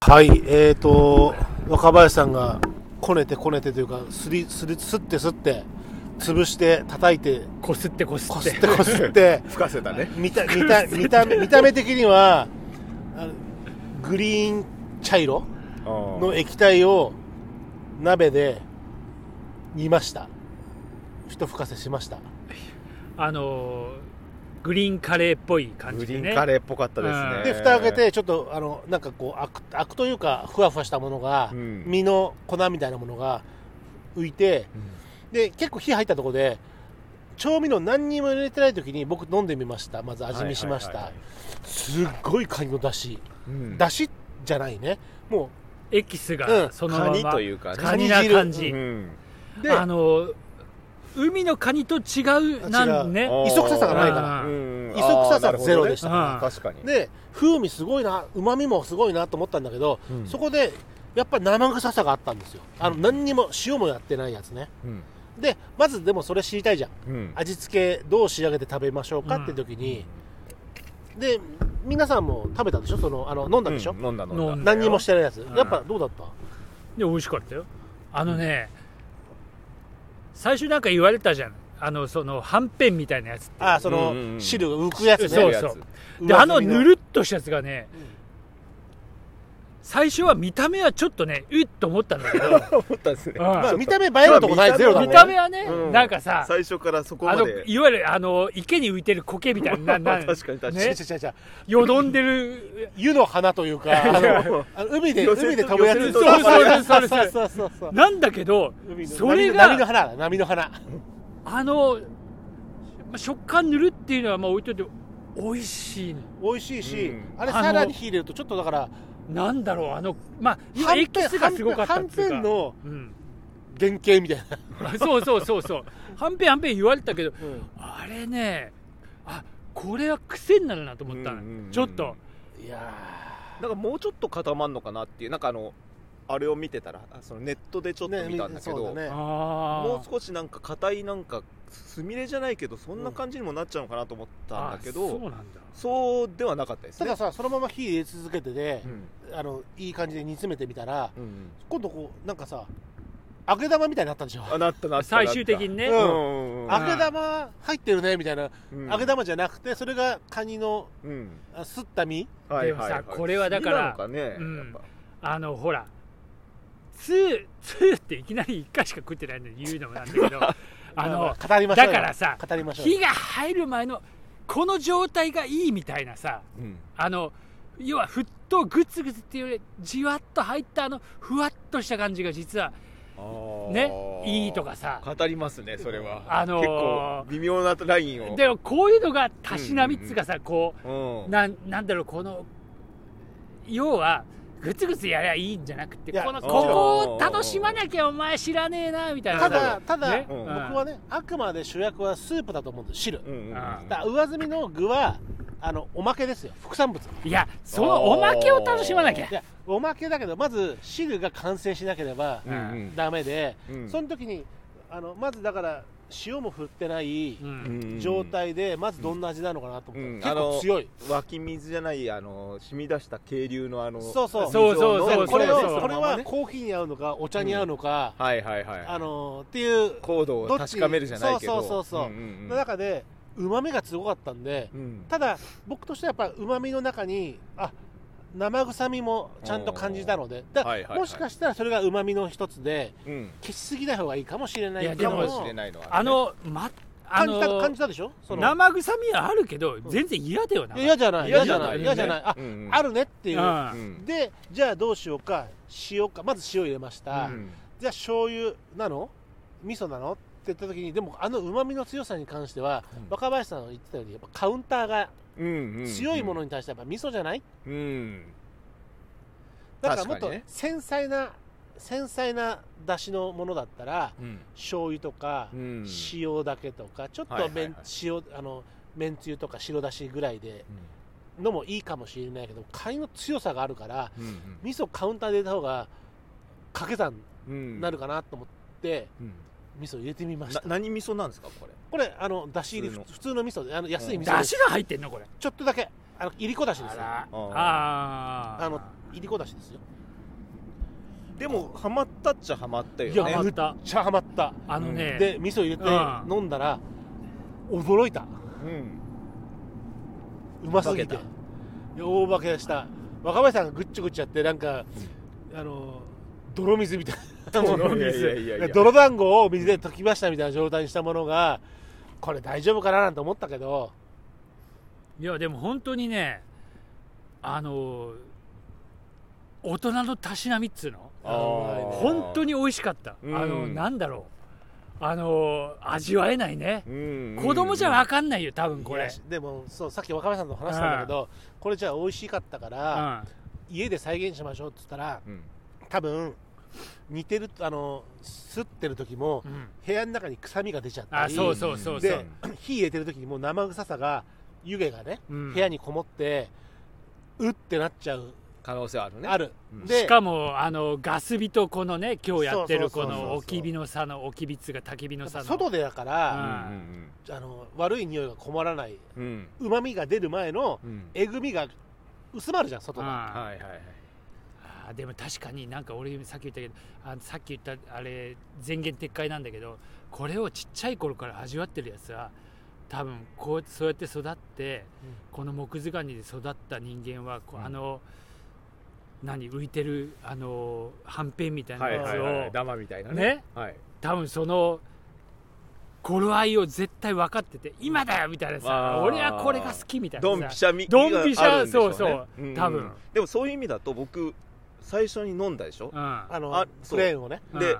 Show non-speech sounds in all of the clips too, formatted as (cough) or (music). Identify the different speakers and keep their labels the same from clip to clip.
Speaker 1: はい、えーと、若林さんがこねてこねてというか、すり、すり、すってすって、潰して、叩いて、
Speaker 2: こすってこす
Speaker 1: こ
Speaker 2: っ
Speaker 1: す
Speaker 2: て
Speaker 1: ってこすって、
Speaker 3: (laughs) 吹かせたね
Speaker 1: 見た、見た、見た、見た目的には、あのグリーン茶色
Speaker 3: の
Speaker 1: の液体を鍋で煮ました。ひと吹かせしました。
Speaker 2: あのーグリーンカレーっぽい感
Speaker 3: グ
Speaker 2: じ
Speaker 3: リ
Speaker 2: で
Speaker 3: ー
Speaker 2: ね
Speaker 3: ンカレーっぽかったですね
Speaker 1: で、蓋開けて、ちょっと、あの、なんかこう、アク、アクというか、ふわふわしたものが、
Speaker 3: うん
Speaker 1: 身の粉みたいなものが浮いて、で、結構火入ったところで、調味料何にも入れてない時に僕飲んでみました。まず味見しまし
Speaker 3: はいは
Speaker 1: た
Speaker 3: い。
Speaker 1: すっごいカニの出汁。
Speaker 3: うん
Speaker 1: 出汁じゃないね。も
Speaker 2: エキス
Speaker 1: うん
Speaker 2: がそのま
Speaker 3: カ
Speaker 2: ま、
Speaker 3: ニというかね
Speaker 2: カニな感じ、
Speaker 3: うん
Speaker 1: う、で、
Speaker 2: あのー海のカニと違うなん
Speaker 3: あ
Speaker 2: ね
Speaker 3: ー
Speaker 1: 磯臭さがないか
Speaker 2: あ
Speaker 1: ら。
Speaker 2: ー
Speaker 3: うん
Speaker 1: 磯臭さゼロでし
Speaker 2: う
Speaker 1: た
Speaker 2: ん
Speaker 1: か
Speaker 3: あーなるほどね確かに
Speaker 1: で、風味すごいな、旨味もすごいなと思ったんだけど、
Speaker 3: うん
Speaker 1: そこで、やっぱり生臭さがあったんですよ。あの、何にも、塩もやってないやつね。
Speaker 3: うん
Speaker 1: で、まずでもそれ知りたいじゃん。
Speaker 3: うん
Speaker 1: 味付けどう仕上げて食べましょうかって時に、で皆さんも食べたでしょそのあの飲んだでしょ、
Speaker 3: うん飲んだ飲
Speaker 2: 飲
Speaker 3: ん
Speaker 2: んだ
Speaker 3: だ
Speaker 1: 何にもしてないやつ、
Speaker 2: ん
Speaker 1: やっぱどうだった
Speaker 2: で美味しかったよあのね、最初なんか言われたじゃんあのそのはんぺんみたいなやつって
Speaker 1: ああその、
Speaker 3: うんうんうん
Speaker 1: 汁が浮くやつね
Speaker 2: そう
Speaker 3: やつ
Speaker 2: そうであのぬ
Speaker 1: っ
Speaker 2: るっとしたやつがね、最初は見た目はちょっとねうっと思ったんだけ
Speaker 3: (laughs)
Speaker 2: ど
Speaker 3: (laughs) 思ったんですね
Speaker 2: うん
Speaker 1: まあ、見た目映えるとこない
Speaker 3: まあ
Speaker 1: ゼロだもん
Speaker 2: 見た目はね、
Speaker 3: うん
Speaker 2: なんかさ
Speaker 3: 最初からそこ
Speaker 2: あ
Speaker 3: ま
Speaker 2: の
Speaker 3: で
Speaker 2: いわゆるあの池に浮いてる苔みたい
Speaker 3: (laughs)
Speaker 2: ななな
Speaker 3: 確かに確かに
Speaker 1: 違う違う
Speaker 2: ね
Speaker 1: 違う違う
Speaker 2: よどんでる
Speaker 1: 湯の花というかあのあの海で
Speaker 3: 寄せる
Speaker 1: 海で飛ぶや
Speaker 3: 寄
Speaker 1: つ
Speaker 3: せる
Speaker 2: そうそうそ
Speaker 1: そ
Speaker 2: うそ
Speaker 1: そ
Speaker 2: うう
Speaker 1: うそうそう
Speaker 2: なんだけど
Speaker 1: 海の
Speaker 2: そ
Speaker 1: 波
Speaker 2: れ
Speaker 1: の波の
Speaker 2: が
Speaker 1: 花だ波の花
Speaker 2: あのまあ食感ぬるっていうのはまあ置いといて美味しいの
Speaker 1: 美味しいし、
Speaker 3: うん
Speaker 1: あれ
Speaker 2: あの
Speaker 1: さらに火入れるとちょっとだから
Speaker 2: なんだろうあのまあ
Speaker 1: は
Speaker 2: 今
Speaker 1: んぺん
Speaker 2: エキスがすごかった
Speaker 1: は
Speaker 2: っ
Speaker 1: ん
Speaker 2: てい
Speaker 1: ぺ
Speaker 2: う
Speaker 1: はん
Speaker 2: んか
Speaker 1: ぺんの
Speaker 2: うん
Speaker 1: 原型みたいな、
Speaker 2: あそうそうそうそうはんぺんはんぺん言われたけど
Speaker 1: うん
Speaker 2: あれねあこれは癖になるなと思ったの
Speaker 3: うんうんうん
Speaker 2: ちょっと
Speaker 1: いや
Speaker 3: なんかもうちょっと固まんのかなっていうなんかあのあれを見てたらあそのネットでちょ
Speaker 1: ー
Speaker 3: っと見たんだけど、
Speaker 1: そうだね
Speaker 2: あ
Speaker 3: もう
Speaker 2: ー
Speaker 3: 少しなんか硬いなんかすみれじゃないけどそんな感じにもなっちゃうのかなと思ったんだけど、
Speaker 2: あそうなんだ
Speaker 3: そうではなかったです
Speaker 1: た
Speaker 3: ね
Speaker 1: ださそのまま火入れ続けてで
Speaker 3: う、ん
Speaker 1: あのいい感じで煮詰めてみたら
Speaker 3: うん
Speaker 1: 今度こうなんかさ揚げ玉みたいになったんでしょ
Speaker 3: あなったなったなった
Speaker 2: 最終的にね、
Speaker 1: うん
Speaker 3: うん
Speaker 1: (laughs) 揚げ玉入ってるねみたいな、
Speaker 3: うん
Speaker 1: 揚げ玉じゃなくてそれがカニの
Speaker 3: うん
Speaker 1: あすった身
Speaker 3: はいはい
Speaker 2: でもさこれはだから
Speaker 3: 好きなのね
Speaker 2: うん
Speaker 3: やっぱ
Speaker 2: あのほらツーツーっていきなり1回しか食ってないのに言うのもなんだけど (laughs) あ
Speaker 1: ま
Speaker 2: の
Speaker 1: ま語りましょうよ
Speaker 2: だからさ
Speaker 1: 語りましょう
Speaker 2: 火
Speaker 1: よ
Speaker 2: が入る前のこの状態がいいみたいなさ
Speaker 3: うん
Speaker 2: あの要は沸騰グツグツっていうよりじわっと入ったあのふわっとした感じが実は
Speaker 3: あー
Speaker 2: ねいいとかさ
Speaker 3: 語りますねそれは
Speaker 2: あのー
Speaker 3: 結構微妙なラインを
Speaker 2: でもこういうのがたしなみっつうかさこ
Speaker 3: うん
Speaker 2: うなんなんだろうこの要はグツグツやりゃいいんじゃなくて
Speaker 1: いや
Speaker 2: この
Speaker 3: あー
Speaker 2: ここを楽しまなきゃお前知らねえなみたいな
Speaker 1: た
Speaker 2: さ
Speaker 1: だただ、
Speaker 2: ね
Speaker 3: うん
Speaker 1: 僕はねあくまで主役はスープだと思うんです汁、
Speaker 3: うんうんうん
Speaker 2: あー
Speaker 1: だから上積みの具はあのおまけですよ副産物
Speaker 2: いやそのおまけを楽しまなきゃ
Speaker 1: いやおまけだけどまず汁が完成しなければ
Speaker 3: うんうん
Speaker 1: ダメで、
Speaker 3: うん
Speaker 1: その時にあのまずだから塩も振ってない
Speaker 2: うん
Speaker 3: うん
Speaker 1: 状態でまずどんな味なのかなと思
Speaker 3: うん
Speaker 1: った、ら結構強い、
Speaker 3: 湧き水じゃないあの染み出した渓流のあの
Speaker 1: そうそう
Speaker 3: 水を飲
Speaker 2: そうそう
Speaker 1: だか
Speaker 2: そ
Speaker 1: ら
Speaker 2: う
Speaker 1: これ
Speaker 2: そうそ
Speaker 1: を
Speaker 2: う
Speaker 1: これはコーヒーに合うのかお茶に合うのか、
Speaker 3: はいはいはい
Speaker 1: あのっていう
Speaker 3: コードを確かめるじゃないけど
Speaker 1: どっちそうそうそうそうん
Speaker 3: んん
Speaker 1: の中でうまみが強かったんで
Speaker 3: うん
Speaker 1: ただ僕としてはやっぱうまみの中にあ生臭みもちゃんと感じたのでだから
Speaker 3: はいはいはい
Speaker 1: もしかしたらそれがうまみの一つで
Speaker 3: うん
Speaker 1: 消しすぎない方がいいかもしれない
Speaker 2: いや
Speaker 1: け
Speaker 2: で
Speaker 3: か
Speaker 1: ど
Speaker 2: も
Speaker 3: もしれないのはね
Speaker 2: あのまあ
Speaker 1: 感じた
Speaker 2: の
Speaker 1: 感じたでしょその
Speaker 2: 生臭みはあるけど全然嫌だよない
Speaker 1: や嫌じゃない嫌
Speaker 3: 嫌
Speaker 1: じ
Speaker 3: じ
Speaker 1: ゃ
Speaker 3: ゃ
Speaker 1: な
Speaker 3: ないい
Speaker 1: 嫌じゃないあ、
Speaker 3: うんうん
Speaker 1: あるねっていう、
Speaker 2: うん
Speaker 3: うん
Speaker 1: でじゃあどうしようか塩かまず塩入れました、
Speaker 3: うん
Speaker 1: じゃあ醤油なの味噌なのって言った時にでもあのうまみの強さに関しては、
Speaker 3: うん
Speaker 1: 若林さんの言ってたようにやっぱカウンターが
Speaker 3: うんうん
Speaker 1: 強いものに対してやっぱ味噌じゃない、
Speaker 3: うん
Speaker 1: だからもっ
Speaker 3: 確
Speaker 1: と
Speaker 3: かにね
Speaker 1: 繊細な繊細な出汁のものだったら
Speaker 3: うん
Speaker 1: 醤油とか、
Speaker 3: うん
Speaker 1: 塩だけとかちょっ
Speaker 3: は
Speaker 1: と
Speaker 3: いはいは
Speaker 1: め
Speaker 3: い
Speaker 1: ん、塩あのめんつゆとか白だしぐらいでのもいいかもしれないけどカニの強さがあるから
Speaker 3: うん
Speaker 1: 味噌カウンターで入れた方が掛け算
Speaker 3: うんうん
Speaker 1: になるかなと思って、
Speaker 3: うん
Speaker 1: 味噌入れてみまし
Speaker 3: な
Speaker 1: た
Speaker 3: 何味噌なんですかこれ
Speaker 1: これあのだし入り
Speaker 3: 普通の
Speaker 1: 普通の味噌であの安い味噌
Speaker 2: だ
Speaker 1: です
Speaker 2: しが入ってんのこれ
Speaker 1: ちょっとだけあのいりこだしですよ
Speaker 2: あら
Speaker 3: あー
Speaker 2: あー
Speaker 1: あのいりこだしですよ
Speaker 3: でもハマったっちゃハマったよ
Speaker 1: いや
Speaker 2: ハ
Speaker 3: ね
Speaker 2: マった
Speaker 1: めっちゃハマった
Speaker 2: あのね、
Speaker 1: で味噌入れて
Speaker 2: う
Speaker 1: 飲んだら驚いた
Speaker 3: うん
Speaker 1: うますぎて
Speaker 3: 化け
Speaker 1: いや大化けした若林さんがぐっちょぐっちょやってなんかあの (laughs) 泥水みたいなもの
Speaker 3: いやいやいやいや
Speaker 1: 水泥団子を水で溶きましたみたいな状態にしたものがこれ大丈夫かななんて思ったけど
Speaker 2: いやでも本当にねあの大人のたしなみっつうの
Speaker 3: あー
Speaker 2: 本当に美味しかった、
Speaker 3: うん
Speaker 2: あのなんだろうあの味わえないね、
Speaker 3: うん
Speaker 2: 子供じゃ分かんないよ多分こ
Speaker 1: いや
Speaker 2: れ、
Speaker 1: でもそうさっき若林さんと話したんだけどこれじゃあ美味しかったか
Speaker 2: う
Speaker 1: ら
Speaker 2: ん、
Speaker 1: 家で再現しましょうって言ったら
Speaker 3: うん
Speaker 1: 多分似てるあのすってる時も
Speaker 2: うん
Speaker 1: 部屋の中に臭みが出ちゃった
Speaker 2: あ
Speaker 1: り
Speaker 2: そうそうそうそ
Speaker 1: で
Speaker 2: う、
Speaker 1: 火入れてる時にもう生臭さが湯気がね
Speaker 2: うん
Speaker 1: 部屋にこもってうってなっちゃう
Speaker 3: 可能性はあるね
Speaker 1: ある
Speaker 3: うん
Speaker 1: で
Speaker 2: しかもあのガス火とこのね今日やってる
Speaker 1: そう
Speaker 2: こ
Speaker 1: そうそうそう
Speaker 2: の置き火の差の置き火っつうか焚き火の差の
Speaker 1: 外でだか
Speaker 3: う
Speaker 1: ら
Speaker 3: ん
Speaker 1: あの悪い匂いがこもらない
Speaker 3: うんうん
Speaker 1: うまみが出る前の
Speaker 3: うんうん
Speaker 1: えぐみが薄まるじゃん外
Speaker 2: うん
Speaker 1: が
Speaker 2: あ
Speaker 3: はいはいはい
Speaker 2: ーでも確かになんか俺さっき言ったけどあのさっき言ったあれ前言撤回なんだけどこれをちっちゃい頃から味わってるやつは多分こうそうやって育って、この木図ガニで育った人間はこう、
Speaker 3: うん
Speaker 2: あの何浮いてるあのはんぺんみたいな
Speaker 3: はい
Speaker 2: や
Speaker 3: は
Speaker 2: つ
Speaker 3: い
Speaker 2: を、
Speaker 3: はいダマみたいなね
Speaker 2: ね
Speaker 3: はい
Speaker 2: 多分その頃合いを絶対分かってて今だよみたいなさ
Speaker 3: あー
Speaker 2: 俺はこれが好きみたいなさ
Speaker 3: ドンピシャみ
Speaker 2: ドンピシャ
Speaker 3: があるんでしょね
Speaker 2: そうそうん多分
Speaker 3: でもそういう意味だと僕最初に飲んだでしょ
Speaker 1: あの
Speaker 3: あ
Speaker 1: プレーンをね
Speaker 2: うん
Speaker 3: で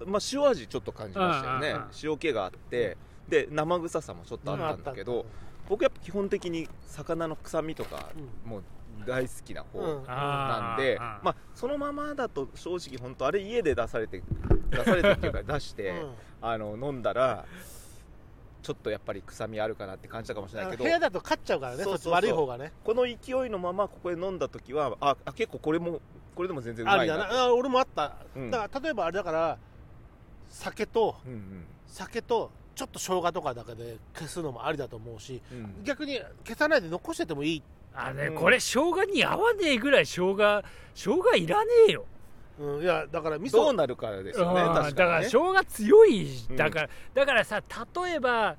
Speaker 2: うん
Speaker 3: まあ塩味ちょっと感じましたよね
Speaker 2: うんうんうん
Speaker 3: 塩気があってで生臭さもちょっとあったんだけど僕やっぱ基本的に魚の臭みとか
Speaker 1: う
Speaker 3: もう大好きな
Speaker 1: うんう
Speaker 3: 方
Speaker 1: ん
Speaker 2: あー
Speaker 3: なんで
Speaker 2: あー
Speaker 3: まあそのままだと正直本当あれ家で出されて出されてっていうか出して
Speaker 1: うん
Speaker 3: あの飲んだらちょっとやっぱり臭みあるかなって感じたかもしれ
Speaker 1: あ
Speaker 3: ない
Speaker 1: の部
Speaker 3: けど
Speaker 1: 屋だと勝っちゃうからね
Speaker 3: そうそうそう
Speaker 1: そっち悪い方がね
Speaker 3: この勢いのままここで飲んだ時はああ結構これもこれでも全然う
Speaker 1: あ
Speaker 3: ま
Speaker 1: る
Speaker 3: い
Speaker 1: じゃ
Speaker 3: な
Speaker 1: ないあ俺もあった
Speaker 3: うん
Speaker 1: だから例えばあれだから酒と
Speaker 3: うん
Speaker 1: 酒とちょっと生姜とかだけで消すのもありだと思うし
Speaker 3: うんうん
Speaker 1: 逆に消さないで残しててもいい、
Speaker 2: あね、
Speaker 3: うん
Speaker 2: これ生姜に合わねえぐらい生姜生姜いらねえよ、
Speaker 1: うん、いやだから味噌
Speaker 3: どうなるからですよね
Speaker 2: うん
Speaker 3: 確か
Speaker 2: だ
Speaker 3: に、ね、
Speaker 2: から生姜強い
Speaker 3: うん
Speaker 2: だから、だからさ例えば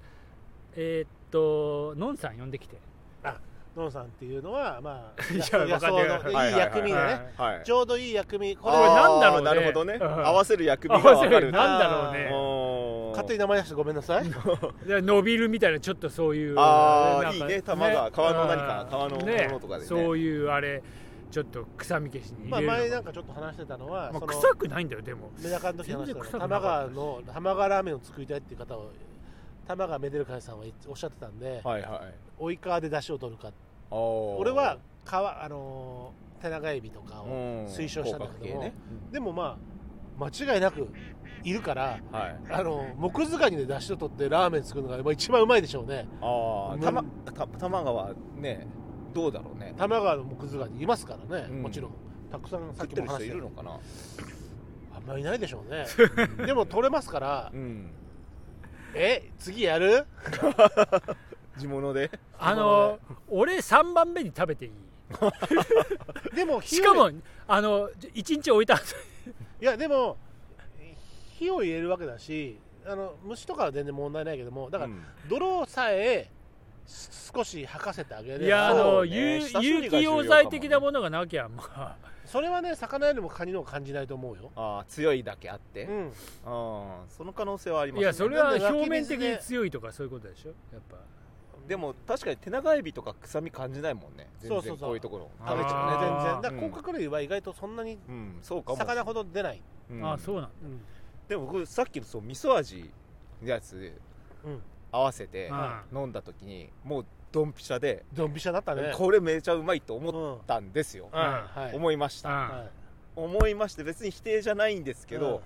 Speaker 2: えーっとのんさん呼んできて
Speaker 1: ノンさんっていうのはまあ
Speaker 3: (laughs)
Speaker 2: いや
Speaker 1: 野
Speaker 2: わ
Speaker 1: 草
Speaker 2: かん
Speaker 1: の
Speaker 2: ない
Speaker 1: いい薬味がね
Speaker 3: はい
Speaker 1: ちょうどいい薬味これ
Speaker 2: あ
Speaker 1: は
Speaker 2: なんだろうね
Speaker 3: あーなるほどね
Speaker 2: うん
Speaker 3: 合わせる薬
Speaker 2: 合
Speaker 3: 味が
Speaker 2: わ (laughs)
Speaker 3: わ
Speaker 2: せ
Speaker 3: か
Speaker 2: る
Speaker 3: る
Speaker 2: なんだろう
Speaker 1: あ
Speaker 2: ね
Speaker 3: おー
Speaker 1: 勝手に名前出してごめんなさい
Speaker 2: で伸びるみたいなちょっとそういう
Speaker 3: あ
Speaker 2: な
Speaker 3: あ
Speaker 2: ん
Speaker 3: い
Speaker 2: か
Speaker 3: いね玉が
Speaker 2: ね
Speaker 3: 皮の何か
Speaker 2: うん
Speaker 3: 皮のものとかでね
Speaker 2: そういうあれちょっと臭み消しに
Speaker 1: まあ
Speaker 2: 入れる
Speaker 1: 前
Speaker 2: の
Speaker 1: なんかちょっと話してたのは、
Speaker 2: ま
Speaker 1: そ
Speaker 2: あ
Speaker 1: の
Speaker 2: 臭くないんだよでも
Speaker 1: メダカの時話したの
Speaker 2: 全然臭くな
Speaker 1: 玉
Speaker 2: か
Speaker 1: 川
Speaker 2: ったし
Speaker 1: の玉川ラーメンを作りたいっていう方を玉川メデルカイさんはおっしゃってたんで
Speaker 3: はいはい
Speaker 1: 追い皮で出汁を取るか俺
Speaker 3: 俺
Speaker 1: は皮あのー手長エビとかを推奨したんだけどもでもまあ間違いなくいるから
Speaker 3: はい
Speaker 1: あの木づかにで出汁を取ってラーメン作るのがまあ一番うまいでしょうね
Speaker 3: ああ
Speaker 1: うん
Speaker 3: 玉た玉川ねどうだろうね
Speaker 1: 玉川の木づかにいますからね、
Speaker 3: うん
Speaker 1: もちろんたくさんさ
Speaker 3: 食
Speaker 1: っ
Speaker 3: っ
Speaker 1: き
Speaker 3: て
Speaker 1: も
Speaker 3: る
Speaker 1: 話
Speaker 3: 人
Speaker 1: し
Speaker 3: い
Speaker 1: たけ
Speaker 3: る
Speaker 1: ど
Speaker 3: のかな
Speaker 1: あんまりいないでしょう
Speaker 3: (laughs)
Speaker 1: ねでも取れますから
Speaker 3: うん
Speaker 1: え次やる
Speaker 3: 地物で
Speaker 2: あの俺3番目に食べていい
Speaker 1: でも火を
Speaker 2: しかもあの1日置いた後
Speaker 1: いやでも火を入れるわけだしあの虫とかは全然問題ないけどもだから
Speaker 3: うん
Speaker 1: 泥さえす少し吐かせてあげれば
Speaker 2: いやあ
Speaker 3: そ
Speaker 2: の、
Speaker 3: うね
Speaker 2: 有
Speaker 3: 下処
Speaker 2: 有
Speaker 3: 理が
Speaker 2: 機
Speaker 3: 重要かも
Speaker 2: 溶剤的なものがなきゃ、まあ、
Speaker 1: それはね魚よりもカニの方が感じないと思うよ
Speaker 3: ああ強いだけあって
Speaker 1: うん
Speaker 3: ああその可能性はありま
Speaker 2: い
Speaker 3: す
Speaker 2: や
Speaker 3: ね
Speaker 2: それは
Speaker 1: なんで
Speaker 2: 表
Speaker 1: 湧き
Speaker 2: 面
Speaker 1: 水
Speaker 2: 的
Speaker 1: で
Speaker 2: に強いとかそういうことでしょやっぱ
Speaker 3: でも確かに手長エビとか臭み感じないもんね
Speaker 1: そう
Speaker 3: 全
Speaker 1: そう
Speaker 3: 然
Speaker 1: そう
Speaker 3: こういうところ
Speaker 1: 食べちゃうね
Speaker 2: あ
Speaker 1: 全然
Speaker 2: ー
Speaker 1: だから甲殻類は意外とそんなに
Speaker 3: うんそうかも
Speaker 1: 魚ほど出ない、
Speaker 3: うん
Speaker 2: あそうなんだ
Speaker 1: うん
Speaker 3: でも僕さっきのそう味噌味のやつ
Speaker 1: うん
Speaker 3: 合わせて
Speaker 2: は
Speaker 3: 飲んだ時にもうドンピシャで
Speaker 1: ドンピシャだったね
Speaker 3: これめちゃうまいと思
Speaker 1: う
Speaker 3: っ
Speaker 1: ん
Speaker 3: たんですよ
Speaker 2: ん
Speaker 1: はい
Speaker 3: 思いまし
Speaker 2: う
Speaker 3: た
Speaker 2: ん
Speaker 1: はい
Speaker 3: 思いまして別に否定じゃないんですけど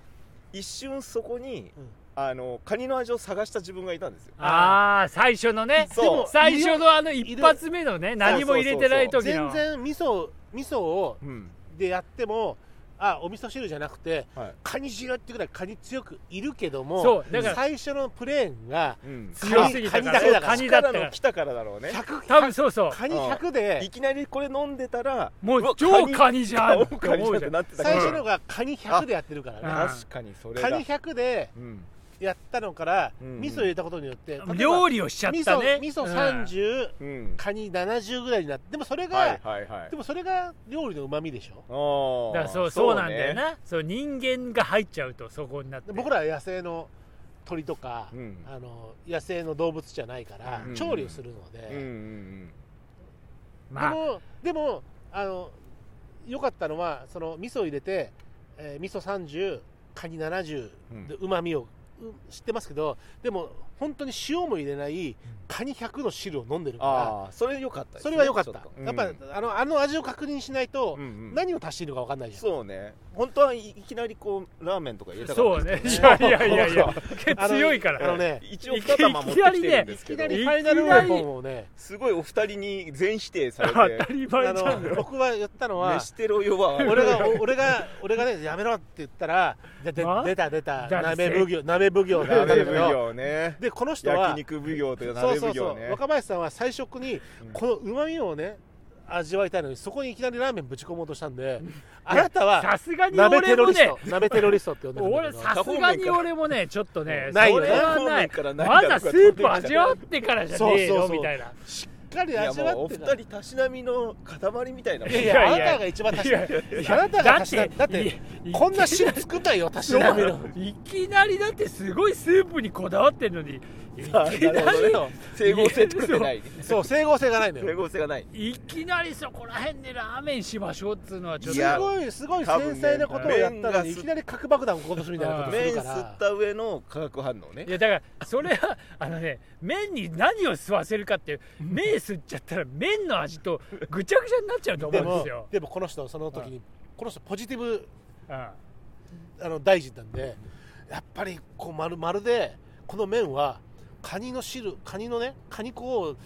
Speaker 3: 一瞬そこに
Speaker 1: うん
Speaker 3: あのカニの味を探した自分がいたんですよ
Speaker 2: ああ最初のね
Speaker 3: そう
Speaker 1: でも
Speaker 2: 最初のあの
Speaker 1: る
Speaker 2: 一発目のね何も入れてない
Speaker 1: うん
Speaker 2: 時の
Speaker 1: 全然味噌味噌を
Speaker 3: うん
Speaker 1: でやってもあお味噌汁じゃなくて
Speaker 3: はい
Speaker 1: カニ汁ってぐらいカニ強くいるけども
Speaker 2: そうだから
Speaker 1: 最初のプレーンが
Speaker 3: うん
Speaker 2: 強すぎたから
Speaker 1: カニだけだから
Speaker 2: カニだったから
Speaker 3: 来たからだろうね
Speaker 1: 100
Speaker 2: 多分そうそう
Speaker 1: カニ100で
Speaker 3: いきなりこれ飲んでたら
Speaker 2: も
Speaker 3: わ
Speaker 2: う超カニじゃん
Speaker 3: 顔
Speaker 2: って思うじゃん
Speaker 3: なってたか
Speaker 1: 最
Speaker 3: ら
Speaker 1: 初のがカニ100でやってるからね
Speaker 2: あ
Speaker 3: 確かにそれだ
Speaker 1: カニ100で
Speaker 3: うん
Speaker 1: やったのから
Speaker 3: うん
Speaker 1: 味噌入れたことによって例えば
Speaker 2: 料理をしちゃっ
Speaker 1: 味
Speaker 2: た
Speaker 1: 噌
Speaker 2: ね
Speaker 1: 味噌
Speaker 2: うん
Speaker 1: 30
Speaker 3: うん
Speaker 1: カニ70ぐらいになってでもそれ
Speaker 3: はい
Speaker 1: が
Speaker 3: はいはい
Speaker 1: でもそれが料理のうまみでしょ
Speaker 3: ああ
Speaker 2: だからそうそうなんだよなそう人間が入っちゃうとそこになって
Speaker 1: で僕らは野生の鳥とか、
Speaker 3: うん
Speaker 1: あの野生の動物じゃないから、
Speaker 2: うん
Speaker 1: 調理をするの
Speaker 3: うんうん
Speaker 1: で、
Speaker 2: ま
Speaker 1: で
Speaker 2: あ
Speaker 1: もでもあの良かったのはその味噌を入れて、えー味噌30カニ70
Speaker 3: うん
Speaker 1: でうまみをう知ってますけどでも本当に塩も入れないカニ100の汁を飲んでるか
Speaker 3: ああそれ良かった
Speaker 1: らそ
Speaker 3: ですね
Speaker 1: れは良かった
Speaker 3: ちょと
Speaker 1: やっぱ、あのあの味を確認しないと
Speaker 3: うんうん
Speaker 1: 何を足しているのか分かんないじゃん、
Speaker 3: そうね本当はいいきなりこうラーメンとか入れたか
Speaker 2: そう
Speaker 3: った
Speaker 2: ね
Speaker 3: で
Speaker 2: い
Speaker 3: す
Speaker 2: やいやいやい
Speaker 1: そ
Speaker 2: や
Speaker 1: うあの
Speaker 2: 強いから
Speaker 1: あのね
Speaker 3: 一応2玉持ってきてるんです
Speaker 1: いき
Speaker 3: けど
Speaker 1: なり
Speaker 2: い
Speaker 1: ファイナルウェポンをね
Speaker 3: すごいお二人に全否定され
Speaker 2: 当た
Speaker 3: て
Speaker 2: り
Speaker 1: あ
Speaker 2: 前じゃん
Speaker 1: の僕は言ったのは
Speaker 3: 飯テロよは
Speaker 1: 俺がお俺が俺がねやめろって言ったらでで
Speaker 2: まあ
Speaker 1: 出た出た
Speaker 2: だって
Speaker 1: 鍋奉行鍋奉行だ
Speaker 3: (laughs)
Speaker 1: 鍋
Speaker 3: 鍋奉
Speaker 1: 奉行
Speaker 3: 行ね
Speaker 1: でこの人
Speaker 3: 焼
Speaker 1: は
Speaker 3: 肉奉行という
Speaker 1: そう
Speaker 3: 鍋
Speaker 1: そ
Speaker 3: 奉
Speaker 1: うそ
Speaker 3: 行
Speaker 1: う、
Speaker 3: ね
Speaker 1: 若林さんは最初に
Speaker 3: うん
Speaker 1: このうまみをね味わいたいのにそこにいきなりラーメンぶち込もうとしたんであなたは
Speaker 2: さすがに
Speaker 1: 鍋テ
Speaker 2: 俺
Speaker 1: ロ
Speaker 2: も
Speaker 1: リス
Speaker 2: ね
Speaker 1: ト鍋テロリストって呼んでるんだ
Speaker 2: 俺
Speaker 1: けど
Speaker 2: さすがに俺もねちょっとねそ
Speaker 1: ないよね
Speaker 2: れはない
Speaker 3: から
Speaker 2: まだスープ味わってからじゃねえ
Speaker 1: そうそう
Speaker 2: よ
Speaker 1: そう
Speaker 2: みたいな
Speaker 1: しっかり
Speaker 3: いや
Speaker 1: 味わ
Speaker 3: もうお
Speaker 1: って
Speaker 3: 二
Speaker 1: から
Speaker 3: 人たしなみの塊みたいないもん
Speaker 1: やい
Speaker 2: い
Speaker 1: や
Speaker 2: や
Speaker 1: あ
Speaker 2: いや
Speaker 1: なたが一番足しない
Speaker 2: い
Speaker 1: あなたが
Speaker 2: だっ
Speaker 1: 足しな
Speaker 2: て
Speaker 1: いだって
Speaker 2: い
Speaker 1: こんな汁作んないよ足しなみの
Speaker 2: いきなりだってすごいスープにこだわってるのにいきな
Speaker 3: (laughs) あなるほど
Speaker 2: り
Speaker 3: ね整合性取れてない
Speaker 1: そう整合性がないの
Speaker 3: 整
Speaker 1: よ
Speaker 3: 合性がない
Speaker 2: いきなりそこら辺でラーメンしましょうっつうのはちょっ
Speaker 1: す
Speaker 2: と
Speaker 3: いや
Speaker 1: ごいすごい繊細なことをやったの
Speaker 3: 多分ね
Speaker 1: にいきなり核爆弾を落とすみたいなことする
Speaker 3: 麺
Speaker 1: か
Speaker 3: 吸
Speaker 1: ら
Speaker 3: った上の化学反応ね
Speaker 2: いやだからそれはあのね麺に何を吸わせるかって麺吸っちゃったら麺の味とぐちゃぐちゃになっちゃうと思
Speaker 1: で
Speaker 2: うんで
Speaker 1: も
Speaker 2: すよ、
Speaker 1: でもこの人その時にこの人ポジティブ
Speaker 2: うん、
Speaker 1: あの大臣なんでやっぱりこうまるまるでこの麺はカニの汁カニのねカニ粉を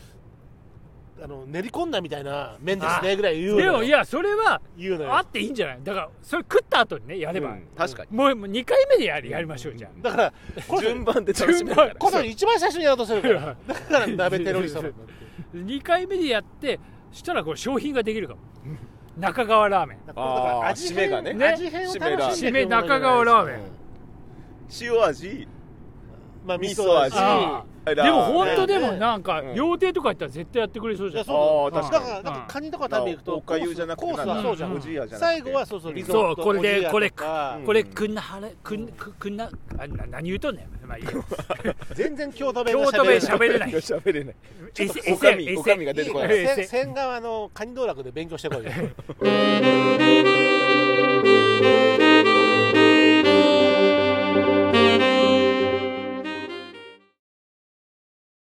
Speaker 1: あの練り込んだみたいな麺ですねぐらい言うの
Speaker 2: で
Speaker 1: よ
Speaker 2: もいやそれは
Speaker 1: 言うのよ
Speaker 2: あっていいんじゃないだからそれ食った後にねやれば、
Speaker 3: うん確かに
Speaker 2: もうもう2回目でやりやりましょうじゃん、
Speaker 1: だからこ
Speaker 3: 順
Speaker 1: そ
Speaker 3: 番で楽しめるから
Speaker 1: こそ一番最初にやろうとするからだから鍋テロリス
Speaker 2: (laughs)
Speaker 1: トなんだって
Speaker 2: 2回目でやってしたらこれ商品ができるかも中川ラーメン
Speaker 1: だからこれだから味変
Speaker 3: あー締めが
Speaker 2: ね
Speaker 1: 味変を楽しんでいくものじゃない
Speaker 2: 締め中川ラーメン
Speaker 3: 塩味
Speaker 1: まあ味
Speaker 3: 味
Speaker 1: 噌
Speaker 3: 噌
Speaker 1: 味
Speaker 3: 味
Speaker 2: あ
Speaker 3: ラー
Speaker 2: で
Speaker 3: メン
Speaker 2: も本当
Speaker 1: ね
Speaker 2: でもなんか
Speaker 3: うん
Speaker 2: 料亭とか行ったら絶対やってくれそう
Speaker 1: い
Speaker 2: じゃ
Speaker 1: や
Speaker 2: ん
Speaker 1: そう
Speaker 3: あ
Speaker 1: だ
Speaker 3: ー
Speaker 1: だか
Speaker 3: 確かに
Speaker 1: らなんかカニとか食べに行くと
Speaker 3: おかゆじゃなくて
Speaker 1: コースはそうじゃ
Speaker 2: うん
Speaker 1: ん
Speaker 3: おじやじゃなくて
Speaker 1: 最後はそうそうリゾ
Speaker 2: そ
Speaker 1: ッ
Speaker 2: う
Speaker 1: ト
Speaker 2: これで
Speaker 1: おじやとか
Speaker 2: これこれくんなはれくんくくんなあな何言うとんねんまあいい
Speaker 3: (laughs)
Speaker 2: や
Speaker 1: 全然京都弁が
Speaker 2: 京都
Speaker 1: 喋れ
Speaker 2: 弁
Speaker 1: ない
Speaker 2: 喋れない
Speaker 3: 喋れない
Speaker 2: えせえ
Speaker 3: おか
Speaker 2: せ
Speaker 3: み
Speaker 2: え
Speaker 3: お
Speaker 2: せ
Speaker 3: かみが出てこない
Speaker 2: え
Speaker 1: 千川のカニ道楽で勉強してこいよ
Speaker 2: 「